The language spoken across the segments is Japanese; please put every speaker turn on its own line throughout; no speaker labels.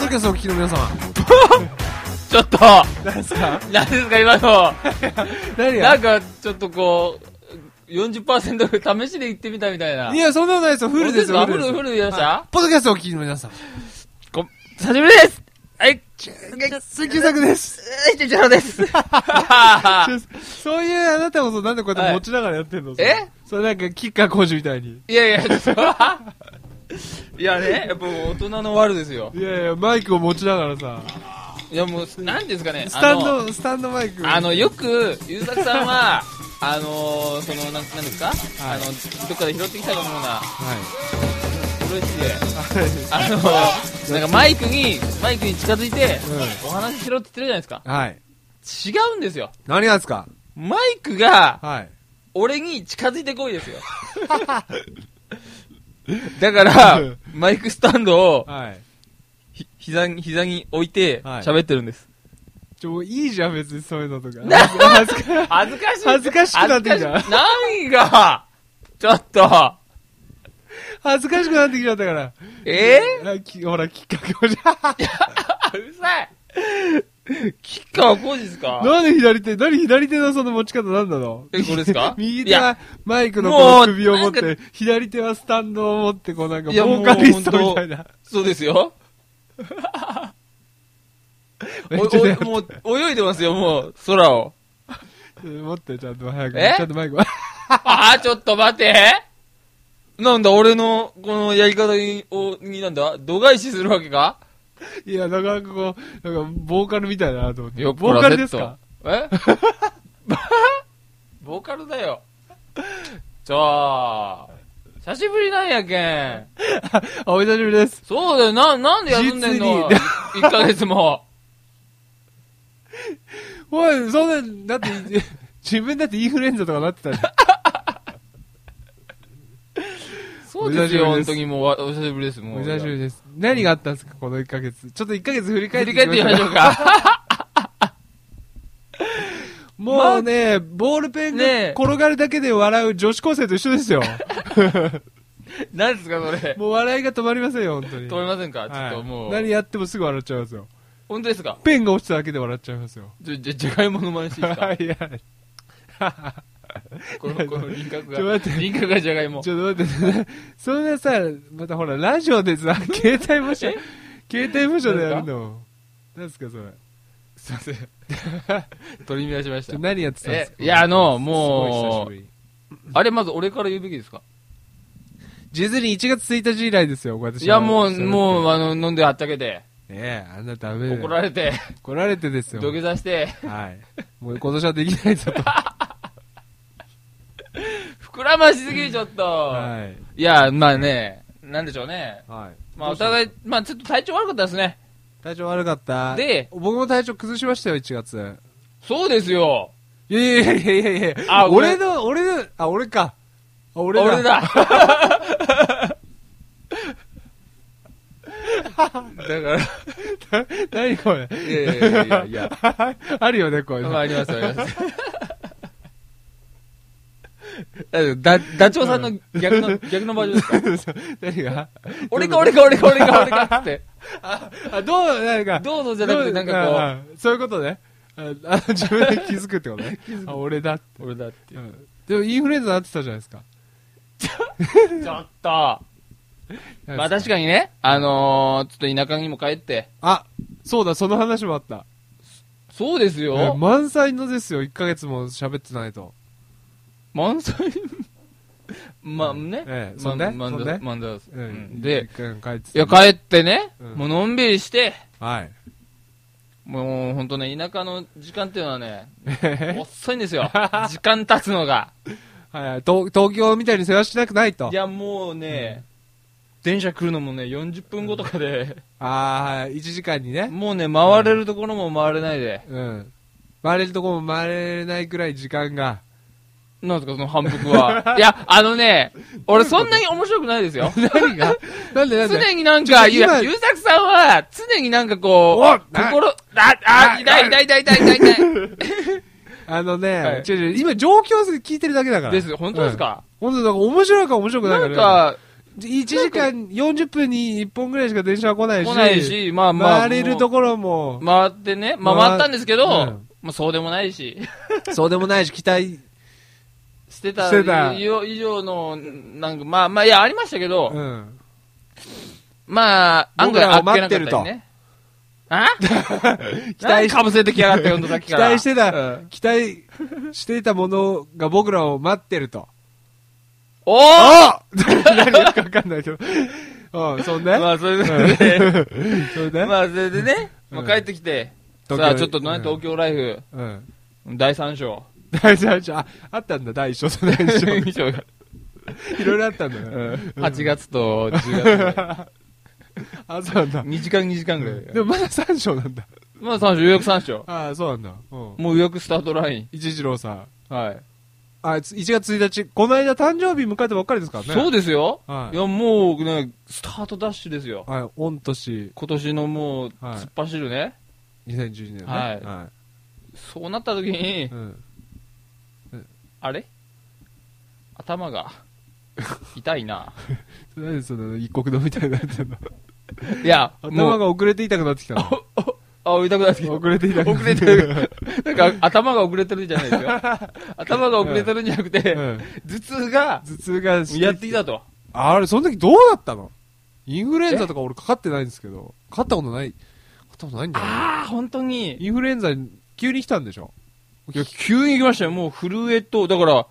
ドキャストをお聞きの皆様。
ちょっと、
何ですか
何ですか今の。
何
な
が
んか、ちょっとこう、40%試しで行ってみたみたいな。
いや、そんなことないですよ。フルですよ。
本当かフル、
ル。
フルでやりました
ポッドキャストをお聞きの皆様。
こ久しぶりですはい、
水球作です。
えいちゅうちゃろです。
そういうあなたこそなんでこうやって持ちながらやってんの、それ
え
それなんか、キッカー講師みたいに。
いやいや、ちょっといやね、やっぱもう大人の悪ですよ。
いやいや、マイクを持ちながらさ、
いやもう、なんですかね、
スタン
あの、
ド、スタンドマイク。
あの、よく、ゆうさくさん は、あのー、その、なん、なんですか、
はい
あの、どっかで拾ってきたかのような、
はい。
プロレスで、
は
あのー、なんかマイクに、マイクに近づいて、お話ししろって言ってるじゃない
い。はい。
ですか。違うんですよ。
何がですか
マイクが、
はい。
俺に近づいてこい ですよ。だから、マイクスタンドを、
はい。
ひ膝に、膝に置いて、
はい
喋ってるんです。
ちょ、もういいじゃん、別にそういうのとか。
な
恥ずか
恥ずかしい。
恥ずかしくなってきた
恥ずかしい何が、ちょっと、
恥ずかしくなってきちゃったから。
え
あきほら、きっかけをじゃ。
ー、うるさい。キッカーこうですか
なんで左手、何左手のその持ち方なんなの
え、これですか
右
い
手
や
はマイクの
も
こ
う
う首を持っ
なん
て、左手はスタンドを持って、こうなんか、ボ
いやもう
ーカリストみたいな。
そうですよ。 お
めっちゃやっ
おもう、泳いでますよ、もう、空を。
持って、ちゃんと早く。
え
ちゃんとマイクは。
ああ、ちょっと待って。なんだ、俺の、このやり方に、おになんだ、度外視するわけか
いや、なかなかこう、なんか、ボーカルみたいだなと思って。
よっぽ
ボ
ら
ーカルですか
えボーカルだよ。じゃあ、久しぶりなんやけん。
あ、お久しぶりです。
そうだよ、な、なんで休んでんの
実に
?1 ヶ 月も。
おい、そんな、だって、 自分だってインフルエンザとかなってたじゃん。
そうですよ、
お久しぶり
本
です
当にもう、お久しぶり です、もう。
お久しぶりです。何があったんですか、この1ヶ月。ちょっと1ヶ月振り返
振
って
り返ってみましょう
う。
か。
もうね、ボールペンが
ねえ
転がるだけで笑う女子高生と一緒 ですよ。
何ですか、そ れ。
もう笑いが止まりませんよ、本当に。
止めませんかちょ
はい
っともう。
何やってもすぐ笑っちゃいますよ。
本当ですか
ペンが落ちただけで笑っちゃいますよ。
じゃ、じゃ、じゃがいもの真似していいです
は
か
いはい。
この、この輪郭
ちょ
が。
待って
輪郭がじゃがいも
ち。ょっと待ってね、それでさ、またほら、ラジオで さ、携帯部署
え、
携帯部署でやるの。何ですか、それ。
すい ません。取り乱しまし
ちょ
た。
何やってたんですか
えいやあのも
す
う
ごい久しぶり
あれ、まず俺から言うべきですか
実に1月1日以来ですよ、私。
いや、もう、もう、
う、
あの、飲んであったけて、
ねえ、あんなダメだよ
怒られて、
怒られてですよ。
土下座して、
はい。もう今年はできないぞと。
膨らましすぎ、ちょっと。
はい
や、まあね、なんでしょうね。
い。はい。
まあ、お互
い。
い、まあ、ちょっと体調悪かったですね。
体調悪かった。
で
僕も体調崩しましたよ、1月。
そうですよ。
いやいやいやいやいや
あごめ
俺
ん
の、俺の、あ、俺か。あ、俺
俺
だ。
だ。 だから、
な。 何これ。
いやいやいやいやいや。
あるよね、これ。
まあ、あります、あります。だ、ダチョウさんの逆の、逆のバージョンですか
何が
俺か俺か俺か俺か俺かっつって。
あ、どう、何か。
どうぞじゃなくて、なんか
こう。そういうことね。ああ自分で 気づくってことね。あ、俺だって。
こう、俺だって。
うんでもインフルエンザになってたじゃないですか。
ちょっと、まあ確
に。
かにね、あのー、ちょっと田舎にも帰って、
あ、そうだ、その話もあった。
そうです
え
よ、
満載のですよ、1ヶ月も喋ってないと。
満載。 まあね、
ええ
ま
そうね
ま
そうね
まんざです
う
うんんで、
一回帰って
いや、帰ってね、
うん
もうのんびりして、
はい。
もう本当ね、田舎の時間っていうのはね、遅いんですよ。 時間経つ のが。
はい、東東京みたいに世話しなくないと。
いや、もうね、電車来るのもね、40分後とかで、
ああ、はい、1時間にね。
もうね、回れるところも回れないで、
うん。回れるとこも回れないくらい時間が。
なんですか、その反復は。いや、あのね、俺そんなに面白くないですよ。
何がなんでなんで
常になんか、
ち
い
ょっと今
や、ゆうさくさんは、常になんかこ
おっ
う、心、あ、あ、
な
痛い痛い痛い痛い痛い痛い。
あのね、
はい
違う違う今状況を聞いてるだけだから。
です、本当ですか
うん、本当だから面白いか面白くない
な
か
ん
ね
か、
1時間40分に1本ぐらいしか電車は来ないし。
来ないし、まあまあ。
回れるところも、
回ってね、まあ回ったんですけど、
うん
まあそうでもないし、
そうでもないし、期待、
してた
してた
以上以上の、なんか、まあまあ、いや、ありましたけど、
うん。
まあ、案
僕
外
ら
あ
を
っけなかっ
待
た
って
り
ると
ね。あ
期
期待
待し
かぶせてきやがって、ほんとさっき
期
から。
待してた、
うん
期待していたものが僕らを待ってる と。
おー
あ何言うかわかんないけど。うん、そんで、
まあ、それ
うん
で、
それで、
まあ、それでね、
う
ま
ん
あ、帰ってきて、
東京
さあ、ちょっとね、
うん
東京ライフ、
うん。
第3章。
第三章、あ、あったんだ、第一章と第二 章。
2章が。
いろいろあったんだね。
8月と10月。
あ、そうなんだ。
2時間2時間ぐらい。
でもまだ三章なんだ。
まあ、3章、予約3章。
ああ、そうなんだ。うん。
もう予約スタートライン。
一次郎さん。
はい。
あ、つ1月1日、この間誕生日迎えたばっかりですからね。
そうですよ。
はい
いや、もうね、スタートダッシュですよ。
はい、御年
今年のもう、
はい
突っ走るね。
2012年ね。
はい
は
そうなった時に
い。う、ん。
あれ頭 が、痛いな。
何でその、一国堂みたいになってんの
いや、も
頭
う、
が遅れて痛くなってきたの。
あ、痛くなってきた。
遅れて痛くな
遅れて る。なんか、頭が遅れてるんじゃないですよ。頭が遅れてるんじゃなくて、
うん。
頭痛が、
頭痛がして
やってきたと。
あれ、その時どうだったのインフルエンザとか俺かかってないんですけど、かかったことない、かかったことないんだよね。
ああ、本当に。
インフルエンザ急に来たんでしょ
いや、急に行きましたよ。もう震えと、だから、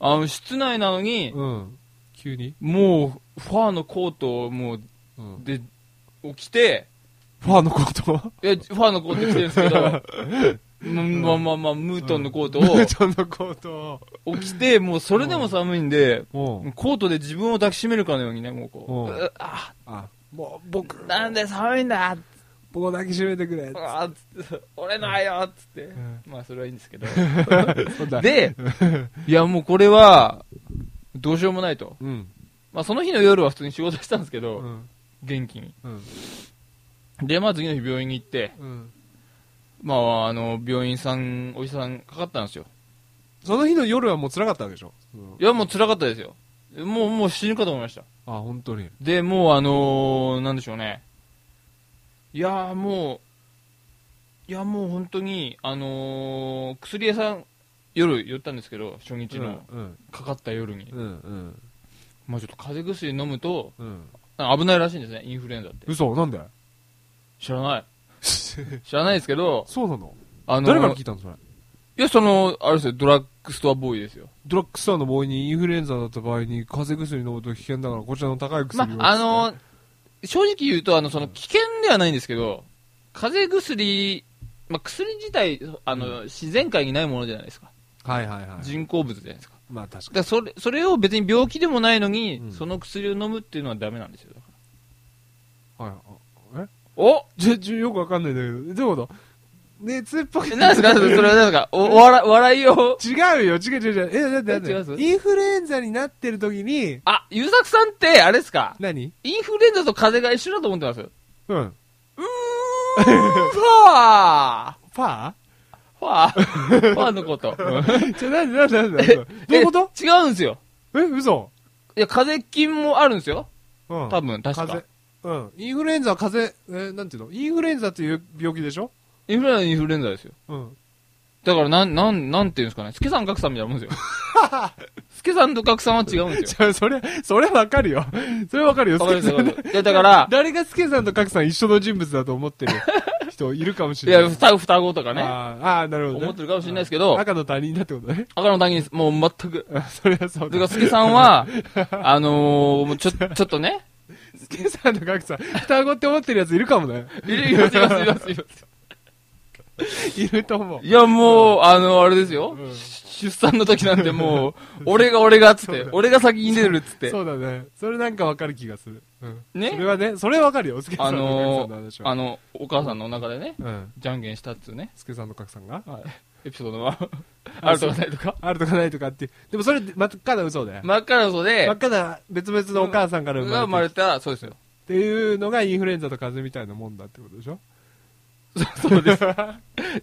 あの、室内なのに、
うん。急に
もう、ファーのコートをもう、
うん。
で、を着て、
ファーのことは
え、ファーのコート着てるんですけど、 うんまあまあまあ、ムートンのコートを、
ちゃんのこと
を着て、もうそれでも寒いんで、
を。うん。
コートで自分を抱きしめるかのようにね、もうこう、
うん
うあ
あ、もう僕、
なんで寒いんだ
僕を抱きしめてくれ。
あつって俺の愛よっつって、
ん
まあそれはいいんですけど
そうだ。
で いやもうこれはどうしようもないと、
うん。
まあ、その日の夜は普通に仕事したんですけ
う
ど、
ん。
元気に
うん。
でまあ次の日病院に行って
うん。
まああの病院さんお医者さんかかったんですよ
その日の夜はもう辛かったわけでしょ
いやもう辛かったですよもうもう死ぬかと思いました
あ、本当に。
でもうあのー、なんでしょうねいやーもういやもう本当にあのー、薬屋さん夜寄ったんですけど初日の、
うん。
かかった夜に、
うん。うん。
まあ、ちょっと風邪薬飲むと
うん。
あ危ないらしいんですねインフルエンザって
嘘 なんで
知らない知らないですけど
そうなの
あの
誰から聞いたのそれ。
いやそのあれですよドラッグストアボーイですよ
ドラッグストアのボーイにインフルエンザだった場合に風邪薬飲むと危険だからこちらの高い
ま
薬を。
ああの正直言うとあのその危険ではないんですけど風邪薬、まあ、薬自体あの、自然界にないものじゃないですか
はいはいはい。
人工物じゃないですか
まあ確
だ
か
からそれそれを別に病気でもないのに、
うん
その薬を飲むっていうのはダメなんですよだから
に。はい。
お
ちょ、ちょ、よくわかんないんだけど、どういうこと熱っぽく
何ですかそれは何ですかお笑い笑いを
違うよ、違う違う違う。え、だってだって
え違うぞ
インフルエンザになってる時に、
あ、ゆうさくさんって、あれですか
何
インフルエンザと風邪が一緒だと思ってますう
うん。
ーん、 ファー
ファ
ファーファー のこと。
ーちょ、なんでなんでなんでどういうこと
え違うんですよ。
え、嘘
いや、風邪菌もあるんですよ。
うん。
多分、確
風
か
邪。。うん。インフルエンザは風邪、えーなんていうのインフルエンザっていう病気でしょ
インフルエンザはインフルエンザですよ。
うん。
だから、なん、なん、なんていうんですかね。スケさん、ガクさんみたいなもん ですよ。スケさんとガクさんは違うんです
じゃあ、それ、それわかるよ。 それわかるよ、
よ。わかり
スケさ
ますわか
ん
り ます。いや、だから、
誰がスケさんとカクさん一緒の人物だと思ってる 人いるかもし
い
れない。
や、双双子とかね、
あーあー、なるほど、ね。
思ってるかもしれないですけど、
赤の他人だってことね。
赤の他人です。もう全 く。
あそれはそう
だか
だ
ら、。スケさんは、あのー、もうちょ、ちょっとね、
スケさんとガクさん、双子って思ってるやついるかもね。
いるいますいますいますいます。
いると思う。
いや、もう、あの、あれですよ。
うん
出産の時なんてもう、俺が俺がっつっ
そ
て
うだ、
俺が先に出るっつって。
そうだね。それなんかわかる気がする。うん。
ね
それはね、それはわかるよ、スケさ
あ
んとガ
の
クさんの話
ー、
は。
あの、お母さんのお腹でね、
うん。
じゃんけんしたっつうね。
スケさんのカクさんが
エピソードのあるとかないとか。
あるとかないとかって。でもそれ、真っ赤な嘘だよ。
真っ赤な嘘で
真っ、赤な別々のお母さんから
が
生
生
ま
ま
れ
れ
て
た、そうですよ。
っていうのがインフルエンザと風邪みたいなもんだってことでしょ
そうです。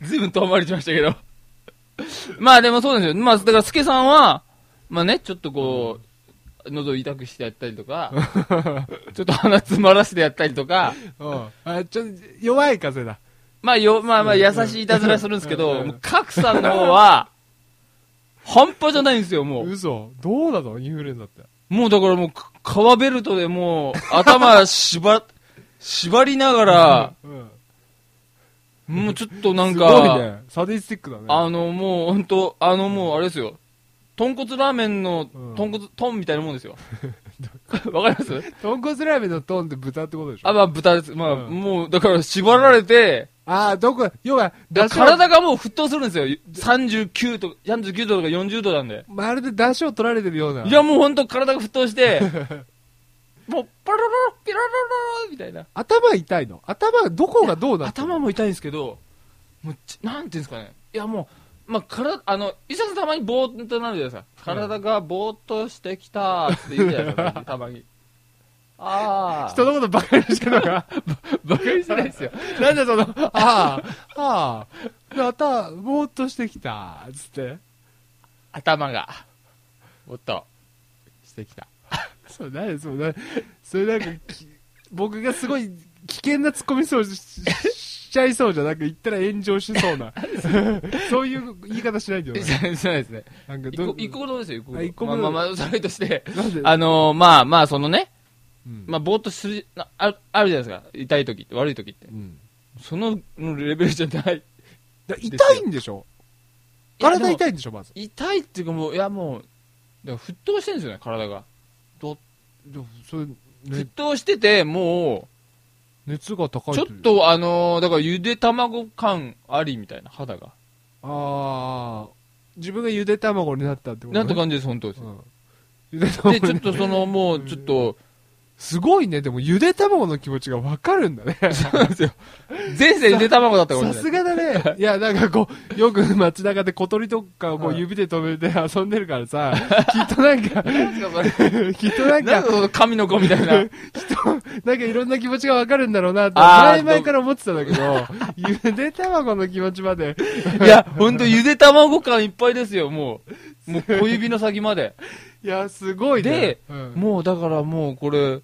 ずいぶん遠回りしましたけど。まあでもそうですよ。まあ、だから、スケさんは、まあね、ちょっとこう、喉痛くしてやったりとか、 ちょっと鼻詰まらせてやったりとか、
うん。あ、ちょ、弱い風だ。
まあよ、まあまあ優しいいたずらするんですけ
うん
ど、
うん
もう賀来さんの方は、半端じゃないんですよ、もう。
嘘。どうだぞ、インフルエンザって。
もうだからもう、か革ベルトでもう、頭縛、縛りながら、
うん。
もうちょっとなん
すごい
か、
ね。サディスティックだね。
あのもう本当あのもうあれですよ。豚骨ラーメンの
うん
豚骨、トンみたいなもん ですよ。わかります
豚骨ラーメンのトンって豚ってことでしょ
あ、まあ豚です。まあ、
うん
もう、だから縛られて、
あー、どこ、要は、
だ
出汁を
体がもう沸騰するんですよ。39度、39度とか40度なんで。
まるで出汁を取られてるような。
いやもう本当体が沸騰して、もう、パロロロ、ピロロロロみたいな。
頭痛いの頭、どこがどうなってる
頭も痛いんですけど、もうち、なんていうんですかね。いやもう、まあ、から、あの、医者さんたまにぼーっとなるじゃないですか。体がぼーっとしてきたーって言うじゃないですか、たまに。ああ。
人のことばかりしてるの が、
バカにしてないですよ。
なんでその、ああ、ああ、また、ぼーっとしてきた、つって。
頭が。ぼーっと、してきた。
そう、なに、そう、なそれなんか、き僕がすごい危険なツッコミそうしししちゃいそうじゃんなんか言ったら炎上しそうな。 そういう言い方しないで よ。
そうですね。
なんか
一個
ど、
一個ことですよ、一個
あ一個
ま
ほ
あ
ど
まあまあ、それとして、
なんで、
あのー、まあまあ、そのね、
うん、
まあ、ぼーっとする、なああるじゃないですか。痛い時って、悪い時って
う。ん。
そのレベルじゃ ない。
だ痛いんでしょ体
いやでも
痛いんでしょまず。
痛いっていうかもういやもうだから沸騰してるんですよね体が
でもそれ、
沸
ね、
騰してても
熱が高
う
い
ちょっとあのーだからゆで卵感ありみたいな肌が
ああ、自分がゆで卵になったってこと、ね、
なんて感じです本当です
うん、ゆで卵
でちょっ
に
とそのもうちょっと
すごいね、でもゆで卵の気持ちがわかるんだね。
そうなんですよ前世ゆで卵だったかも
さ
しれ
す
な
が
い
だね。 いや、なんかこう、よく街中で小鳥とかをこ
は
う
い
指で止めて遊んでるからさ、きっとなん か、
なんですかそれ
きっとなん
な
か
んか、その神の子みたいな
なんかいろんな気持ちがわかるんだろうなって、
あー
前々から思ってたんだけど、ゆで卵の気持ちまで、
いや本当ゆで卵感いっぱいですよもうもう小指の先まで
いや、すごいね。
で
うん
もうだからもうこれ、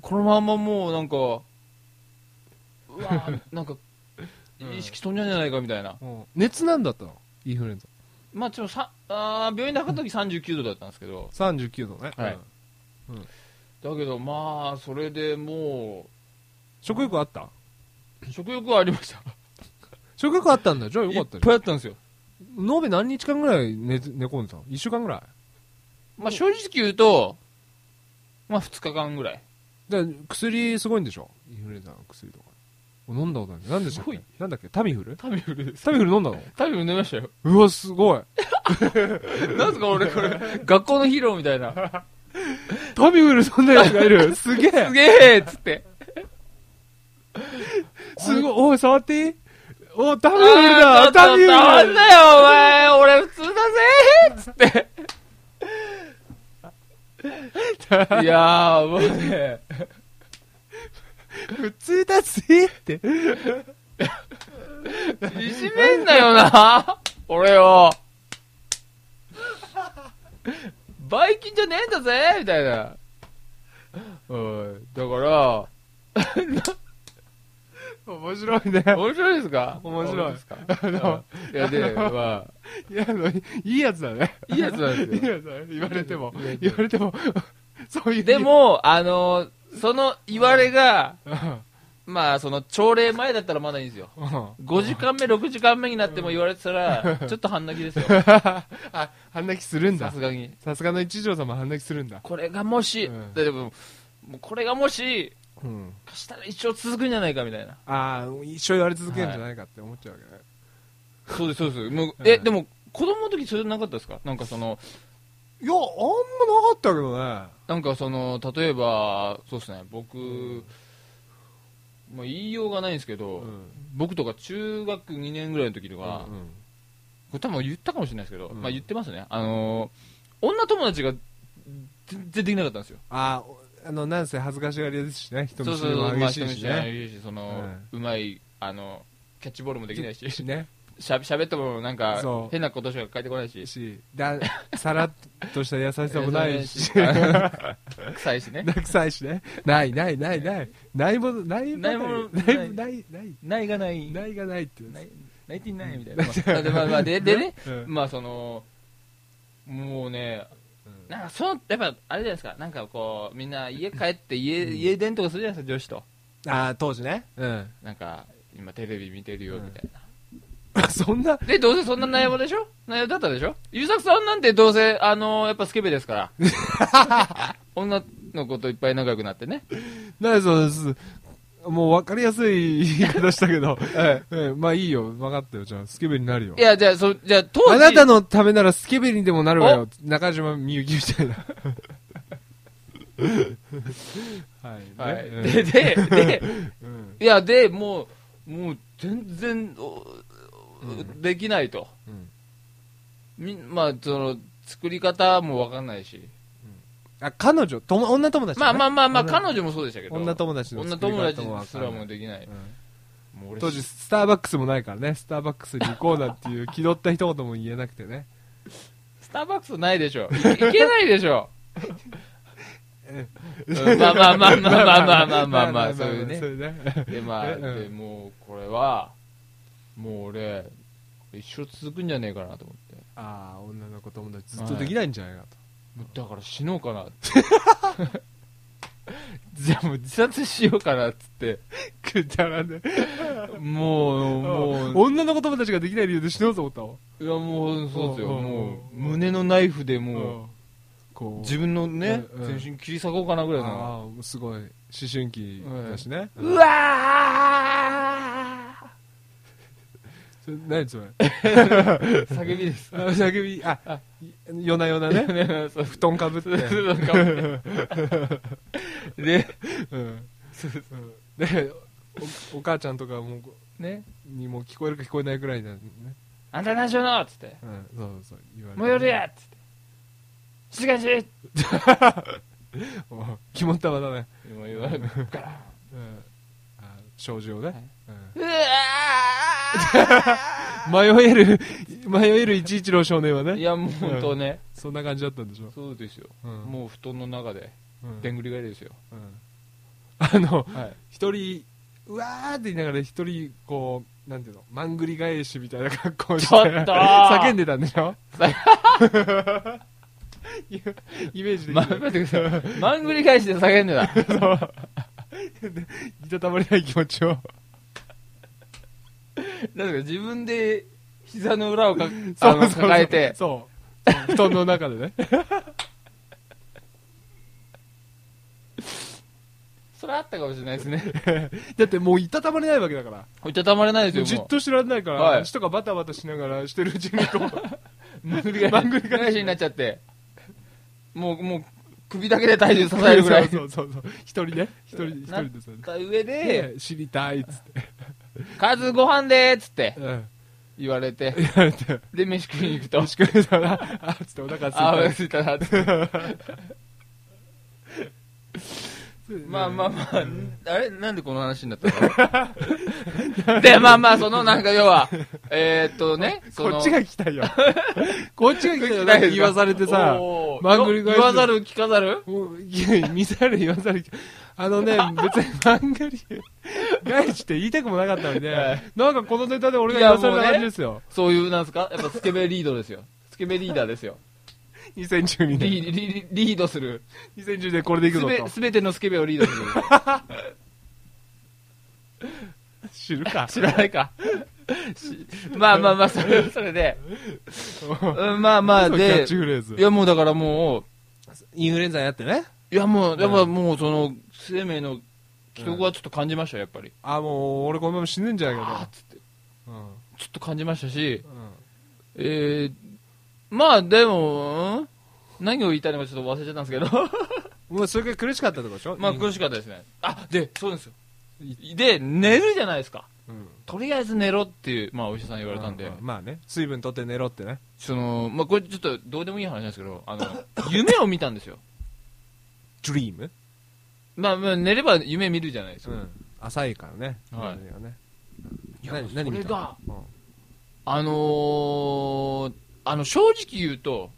このままもうなんか、うわ ーなんか、
うん
意識飛んじゃうんじゃないかみたいな。
うん熱なんだったのインフルエンザ。
まあちょっとさ、あー病院で測った時39度だったんですけど、
39度ね。
はい
うん
だけどまあ、それでも
食欲あった
う、食欲はありま した。
食欲あったんだ。じゃあよ
い
か
っ
ったじゃん
ぱいあったんですよ。
延べ何日間ぐらい寝ず寝込んでたの ?1 週間ぐらい
まあ正直言うと、まあ2日間ぐら い。
で薬すごいんでしょインフルエンザの薬とか飲んだことないなんでしょ
すごい
なんだっけタミフル
タミフルです。
タミフル飲んだの
タミフル飲みましたよ。
うわすごい
なんすか俺これ、学校のヒーローみたい な。
タミフル飲んだやつがいるすげえ
すげえっつって。
すごいおい触っていいおタミフルだ
あー
タミフ
な
ル
んだよ、お前俺普通だぜーっつ って。いやー、もうね、
普通だぜって
いじめんなよな、 俺を。バイキンじゃねえんだぜみたいな。うん、だから、
面白いね
面白いですか
面白い
です かうんいや、で、ま
いやあのいいやつだね
あ、いいやつなんです
い
よ
い。やつだね言われても
いいやつ
言われてもそういう
でも、あのその言われが、
うん
まあ、その朝礼前だったらまだいいんですよ。
うん
5時間目、6時間目になっても言われてた ら、ちょっと半泣きですよ。
あ半泣きするん
さ
だ
すがに。
さすがの一条様半泣きするんだ
これがもし、
うん
ででも、もうこれがもし、
うん
貸したら一生続くんじゃないかみたいな。
ああ一生言われ続けるんじゃないかって思っちゃうわけね
そうです、そうです。もう
うん
え、でも、子供の時それなかったですかなんかその、
いや、あんまなかったけどね。
なんかその、例えば、そうですね、僕、
ん
まあ言いようがないんですけど、
うん
僕とか中学2年ぐらいの時とか、
うん
これ多分言ったかもしれないですけど、
うん
まあ言ってますね。あのー女友達が全然できなかったんですよ。
あおあの、なんせ恥ずかしがりですしね。人
そう
見知
そう
り
そう、
も
まあ
激しいし
人見知
ね。
りも激しいしその、うまい、あの、キャッチボールもできないし、
ね。
しゃべしゃべってもなんか
そう
変なことしか返ってこないし
しださらっとした優しさもないし
臭いしね
臭いしねないないないないないものないもの
ないもの
ないない
ないがない
ないがないっていう
ない泣いてないみたいな、まあ、でまあまあででね
うん
まあそのもうね
うん
なんかそのやっぱあれじゃないですかなんかこうみんな家帰って家家電とかするじゃないですか女子と
ああ当時ねうん
なんか今テレビ見てるよみたいな、
そんな
でどうせそんな内容でしょ内容だったでしょ優作さんなんてどうせあのやっぱスケベですから 女の子といっぱい仲良くなってね
なんでそうですもう分かりやすい言い方した けど、ええまあいいよ分かったよじゃあスケベになるよ
いやじゃあそじゃあ当時
あなたのためならスケベにでもなるわよ中島みゆきみたいなはい、ね
はい、
うん
ででで
うん
いやでもうもう全然おできないと、
うん
みまあその作り方もわかんないし
あ彼女とも女友達、ね、
まあまあまあまあ
女
彼女もそうでしたけど
女友達の
女
作り
友達
方もわ
す
からん
も
な
う
い
できないもう俺
当時スターバックスもないからねスターバックスに行こうなんていう気取った一言も言えなくてね
スターバックスないでしょいいけないで しょうんまあまあまあまあまあまあまあまあまあそういうね
そういうね
でまあ、
うん
でもうこれはもう俺一生続くんじゃねえかなと思って
ああ女の子友達ずっとできないんじゃないかと、
もうだから死のうかなってじゃあもう自殺しようかなっつって
くだらね
もうもう
女の子友達ができない理由で死のうと思ったわ
いやもうそうですよ
うん
もう胸のナイフでもう
こう
自分のね
うんうん
全身切り裂こうかなぐらいの
ああすごい思春期だしね、
うわ
それ何それ
ー叫びです
あ叫びあ夜な 夜なね
そう
布団かぶって、
そうなんかで
うんでおお母ちゃんとかも
ね
にも聞こえるか聞こえないくらいだね、
「あんた何しようの?」っつって
うん、そうそう言わ
「
れて
もう夜や!」 っつって「静かにし!」って
おう肝っ玉だね、
言われて
うん、あ症状ね、
うわ
うん、 迷える迷える一一郎少年は
ーい
ね
やもう本当ね
そんな感じだったんでしょ、
そうですよ
うん
もう布団の中で
うん
でんぐり返りですよ
うんあの
はい
一人うわーって言いながら一人こうなんていうのまんぐり返しみたいな格好をして
ちょっとー
叫んでたんでし ょイメージでき
ま、
ない、
待ってください。まんぐり返しで叫んでた。
いたたまれない気持ちを
なんか自分で膝の裏をか
そう
あの
そう
抱えて、
そうそう布団の中で ね
それあったかもしれないですね。
だってもういたたまれないわけだから
いたたまれな
もう
いです
じ
よ、も
っとしてられないから、
はい
足とかバタバタしながらしてるうちにこ
う。まんぐ
まんぐり返
しになっちゃって。もう、もう、首だけで体重支えるぐら い。
そうそうそうそう一人ね一人一人でさ
なった上で、
で知りたいっつって、
数ご飯でーっつって
うん、
言われて、
言われて
で、飯食いに行くと。
仕組んだらあっつってお腹
あ
空い
ー、
た
すいたなっつって。まあまあまあ、あれなんでこの話になったので、まあまあ、そのなんか要は、えー、っ とね、そ
こ
の
っちが来たいよこっちが来たよ
大
なんか
変です
言わされてさ
おー
まんぐり返し
言わざる聞かざる
もういや見ざる言わざるあのね別にマンガリ返して言いたくもなかったので、
はい
なんかこのネタで俺が言わされた
いやもうね
感じですよ、
そういう、なんすかやっぱスケベリードですよ。スケベリーダー ですよ。
2012年
リーリーリードする。
2010年これでいく
す
ぞ
べ
と
すべてのスケベをリードする。
知るか
知らないか。しまあまあまあ、それそれで。うんまあまあ、
キャッ
で、
チフレーズ
いやもうだからもう、
インフルエンザやってね
いやもう、
ん
やっぱもうその、生命の既得はちょっと感じましたよ、やっぱり。
あもう俺このまま死ぬんじゃない
あー
か
っつって、
とうん
ちょっと感じましたし、
うん
えー、まあでも、うん何を言いたいのかちょっと忘れちゃったん ですけど。
もうそれが苦しかったってことでしょ
まあ苦しかったですね。あ、で、そうですよ。で、寝るじゃないですか。
うん
とりあえず寝ろっていう、まあお医者さんに言われたんで、
ううまあね水分取って寝ろってね
その、まあこれちょっとどうでもいい話なんですけど、あの、 夢を見たんですよ。
ドリーム、
まあ、まあ、寝れば夢見るじゃないです
う
か。
ん、浅いからね
はい
いね
いや
何
そ
何
れ
見た
が、
うん
あのーあの正直言うと、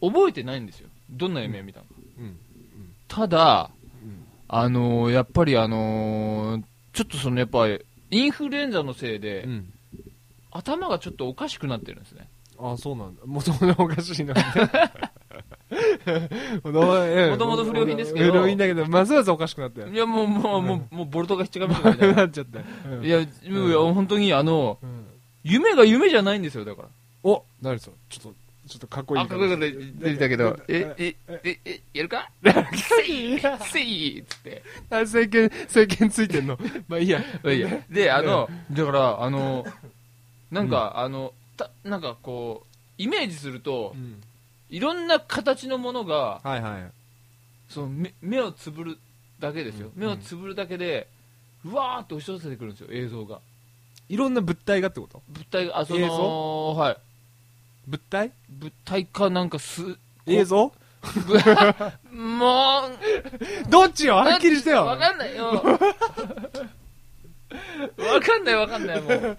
覚えてないんですよ。どんな夢を見たのか。
うん
ただ、
うん
あのーやっぱりあのーちょっとそのやっぱり、インフルエンザのせいで、
うん
頭がちょっとおかしくなってるんですね。
あそうなんだもともとおかしいなもと
ともと不良品ですけど
不良品だけどますますおかしくなったよ
いや、もう、もう、もう、もうボルトがひっちゃかめちゃかみたい
な
な。
っちゃったようん
いや、いや、本当に、あの、
うん
夢が夢じゃないんですよ、だから。
お誰それちょっとちょっとかっこいい
あ、かっこよかった出てたけど、え、え、え、え、やるかせいせいっつって。
あ政権政権ついてんのまあいいや
まあいいやで、あの、だから、あの、なんか、あの、た、なんかこう、イメージすると
う、ん
いろんな形のものが、
はいはい
その目目をつぶるだけですよ。
うん
目をつぶるだけで、うわーって押し寄せてくるんですよ、映像が。
いろんな物体がってこと
物体が、あ、そ
映
の、はい。
物体
物体かなんかす、
映像
もう、
どっちよはっきりしてよ
わかんないよ。 わかんないわかんない、も う。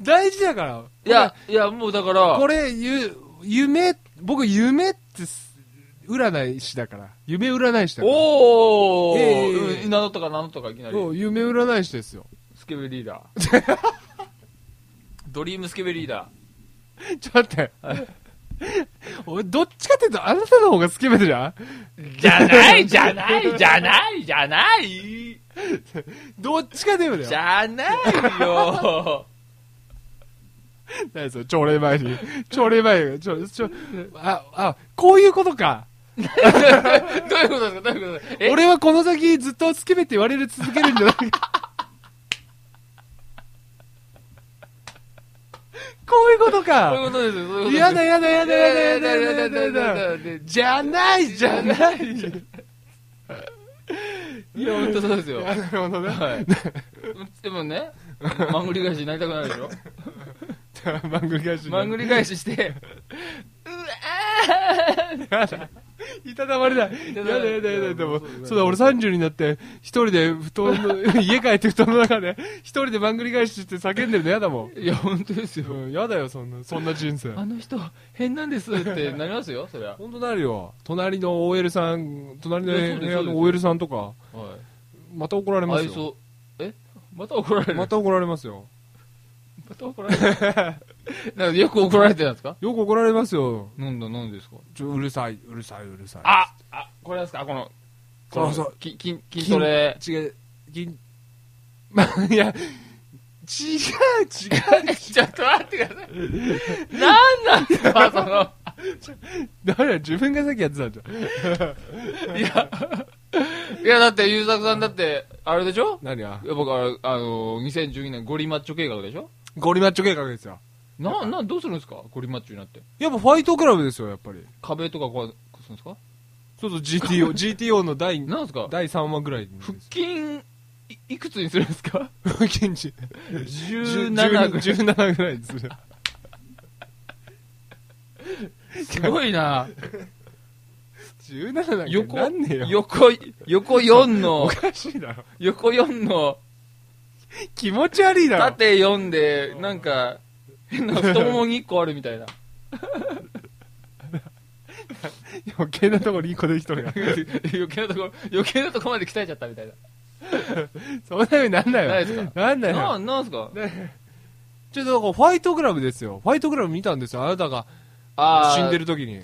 大事だから
いや、いや、もうだから、
これゆ夢僕夢ってす占い師だから夢占い師だから
おー、
いやいやいやいや
うん名乗ったか名乗ったかいきなり。
そう夢占い師ですよ
スケベリーダー。 ドリームスケベリーダ
ちょっ と待って俺どっちかっていうとあなたの方がスケベじゃん
ー。じゃない、じゃない、じゃない、じゃない、
どっちかでよだ
じ
よ
ゃないよ。
何それ朝礼前に朝礼前にちょちょああこういうことか
どういうことですか、どういうことですか。え、
俺はこの先ずっとスケベって言われる続けるんじゃないか こういうこと
そういう
か
ことですよ、そういうことです。
やだやだやだやだやだやだやだやだやだ
い
じゃないじゃない
や、本当そうですよ。
なるほどね
はい。でもね、まんぐり返しになりたくなるでしょ
番組返し
まんぐり返しして、うわ
やだいたたまれない
た
や
た
だ
まれない
やだやだでも
そうだね
そうだ俺30になって一人で布団 の家帰って布団の中で一人で番組返しして叫んでるのやだもん
ーいや、本当ですよ。
うんやだよそんなそんな人生
あの人、変なんですってなりますよ、そりゃ。
本当なるよ隣の OL さん隣の
いやそうです
部屋
そうで
の
す
OL さんとか
は
また怒られ
い。
ま
あ
す
い
よ
そう。えまた怒られる
また怒られますよ
また怒 られるなんかよく怒られてたんですか
よく怒られますよ
なんだ、なんですか
ちょうるさいうるさいうるさい
ああ、これですかこの、
このそう
き筋筋ト レ。
違う銀まあ いや違う
ちょっと待ってください。なんなんですか、そ
違
の。
うだから自分がさっきやってたんじゃん
いや、いやだって、ゆうさくさんだって、あれでしょ
何や
いや僕は、あの、2012年ゴリマッチョ計画でしょ
ゴリマッチョ計画ですよ
な、な、どうするんですかゴリマッチョになって。
やっぱファイトクラブですよやっぱり
壁とかこう、こうするんですか
そうそう GTO GTO の第
なんですか
第3話ぐらい
腹筋い、いくつにするんですか
腹筋値
?17 ぐらい。
17ぐらいにする
すごいな。
17なんか
横
なんねえよ、
横、横4の
お、かしいだろ
横4の、
気持ち悪いだろ
縦4で、な んか、変な太ももに1個あるみたいな。
余計なところに一個できとるや ん
余計なところ、余計なところまで鍛えちゃったみたいな。
そんなようになんな
ない
よ
ですか
なんだ
な
よ
なんですか
ちょっとだからファイトクラブですよファイトクラブ見たんですよあなたが
あー
死んでる時に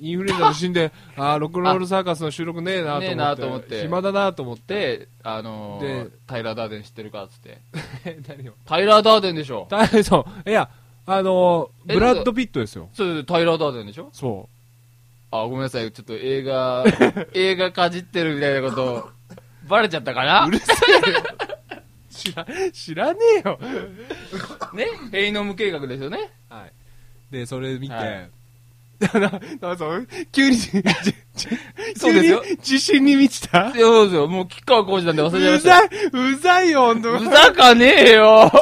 インフルエンザで 死んであーロックンロールサーカスの収録ねえなと思って
ねえなと思って
暇だなと思って
で、あのー
で
タイラー・ダーデン知ってるかっつって。
何を
タイラー・ダーデンでしょ
大変そういやあのー
え
ブラッド・ピットですよ
そう、タイラー・ダーデンでしょ
そ
あ、ごめんなさい、ちょっと映 画、映画かじってるみたいなこと、バレちゃったかな
うう
ね
るせえよ知ら知らねえよ
ヘイノム計画ですよね
はいでそれ見て、
は
ないなそう 急 にじじ
そうですよ
急に自信に満ちた
いやそうですよ、もう、吉川浩司なんで忘れちゃいうました。
ざいうざいよ本当
うざかねえよ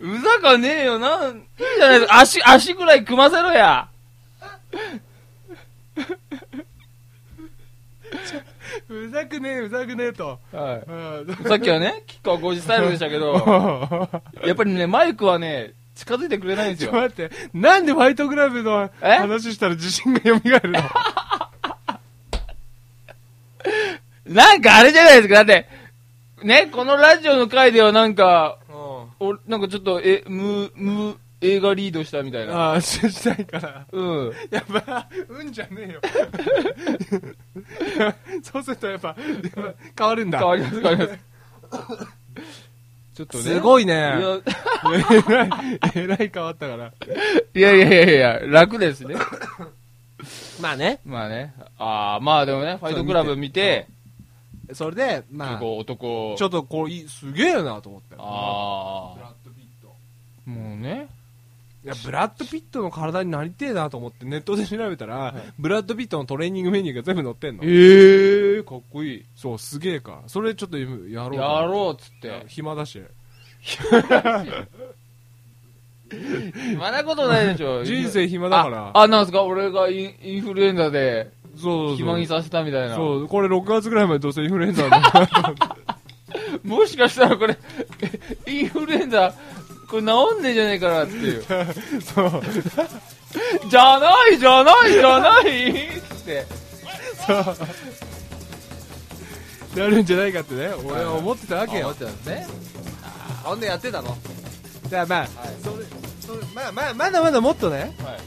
うざかねえよ、なん、いいじゃないですか。足、足ぐらい組ませろや。
うざくねえ、うざくねえと。
は
うん
い、さっきはね、キッカー5時スタイルでしたけど、やっぱりね、マイクはね、近づいてくれないんです
ちょっ
よ
と。待って、なんでファイトクラブの
え
話したら自信が蘇る の
なんかあれじゃないですか、だって、ね、このラジオの回ではなんか、おなんかちょっと、え、む、む、映画リードしたみたいな。
ああ、信じたいから。
うん。
やっぱ、うんじゃねえ よ。そうするとやっぱ、やっぱ変わるんだ。
変わります、変わります。ちょっとね。
すごいね
いや、
えらい、えらい変わったから。
いやいやいやいや、楽ですね。
まあね。
まあね。ああ、まあでもね、ファイトクラブ見て、
それで、ま
結
あ、
構男を
ちょっとこれいい、すげえよなと思ったよブ
あ
ラッド・ピット。
あ、もうね。
いや、ブラッド・ピットの体になりてえなと思ってネットで調べたら、ブラッド・ピットのトレーニングメニューが全部載ってんの。
ええかっこいい。
そう、すげえか。それちょっと今やろうと思って
やろうっつっ
いや
て。
暇だし
まだことないでし ょ。
人生暇だから
あ、あなんすか俺がインインフルエンザで、
そうそう
暇にさせたみたいな。
そうこれ6月ぐらいまでどうせインフルエンザなん だ
もしかしたらこれ、 インフルエンザ、これ治んねえじゃねえかなっていう。
そうそう
じゃないじゃないじゃないって。
なるんじゃないかってね俺は思ってたわけよ
思ってたんですね。
ほんでやってたのじゃあまあそれそれまあまあまだまだもっとね
はい。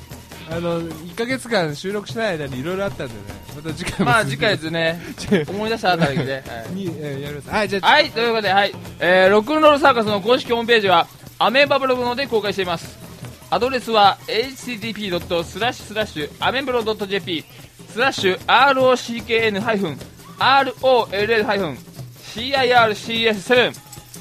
あの1ヶ月間収録しない間にいろいろあったんでねまた次回も
まあ次回で すね、
ちょ
思い出したあたりで、ね。はい
に、えーやりますはいじゃあ、
はい、ということで、はい。えー、ロックンロールサーカスの公式ホームページは、アメーバブログの方で公開しています。アドレスは、http. アメブロ .jp スラッシュ rockn-roll-circs7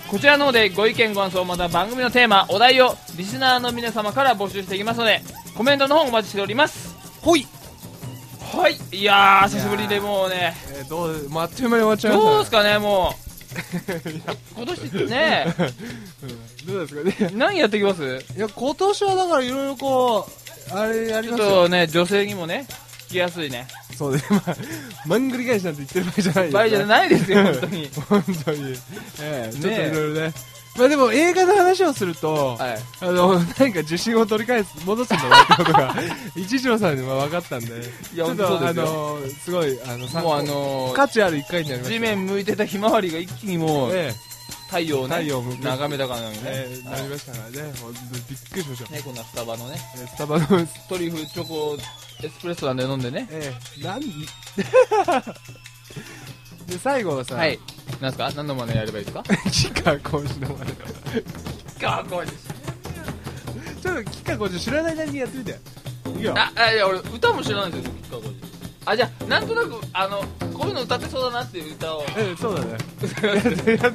こちらの方でご意見ご感想また番組のテーマお題をリスナーの皆様から募集していきますのでコメントの方お待ちしております
ほい、
はいいやー久しぶりでもうね
えーどうまあっという間に終わっちゃいましたね
どうですかねもう 今年ね
うんどうですかね
何やっていきます
いや今年はだからいろいろこうあれやり
ちょ
ま
っ
すよ
とね女性にもね聞きやすいね
そうで、 まあ、まんぐり返しなんて言ってる場合じゃないです
場合じゃないですよ本当に
本当に、ええちょっと
ねえ
いろいろねまあでも映画の話をすると、
はい
あのなんか自信を取り返す戻すんだなってことが一条さんには分かったんで
いや
ちょっ
本
と
当
あ
ですよ
のすごいあの参
もう
考
あのー
価値ある一回になりました
地面向いてたひまわりが一気にもう
ええ
太陽をね
太陽を向く
眺めたからにね
ええ
は
ないりましたからねもうびっくりしました、
ねこんなスタバのね
ええスタバの、
トリュフチョコエスプレッソなんで飲んでね
ええなん で最後はさ、
はいなんすか何の真似やればいいですか
吉川講師のまで
かっこいい
ちょっと吉川講師知らない間にやってみていいよ
ああいや俺歌も知らないんですよ吉川晃司あじゃあなんとなくあのこういうの歌ってそうだなっていう歌を
うんそう だねやってみてじゃ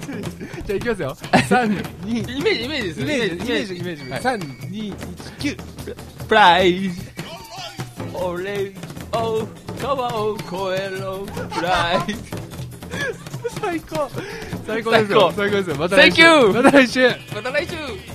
あいきますよ321
イメージ
イ
イメージですよ
メージイメージイメージ
はい
三二一九。
プライズ俺を川を越えろプライズ
最高最高ですよ最高ですよまた来週
センキュー
また来週
また来週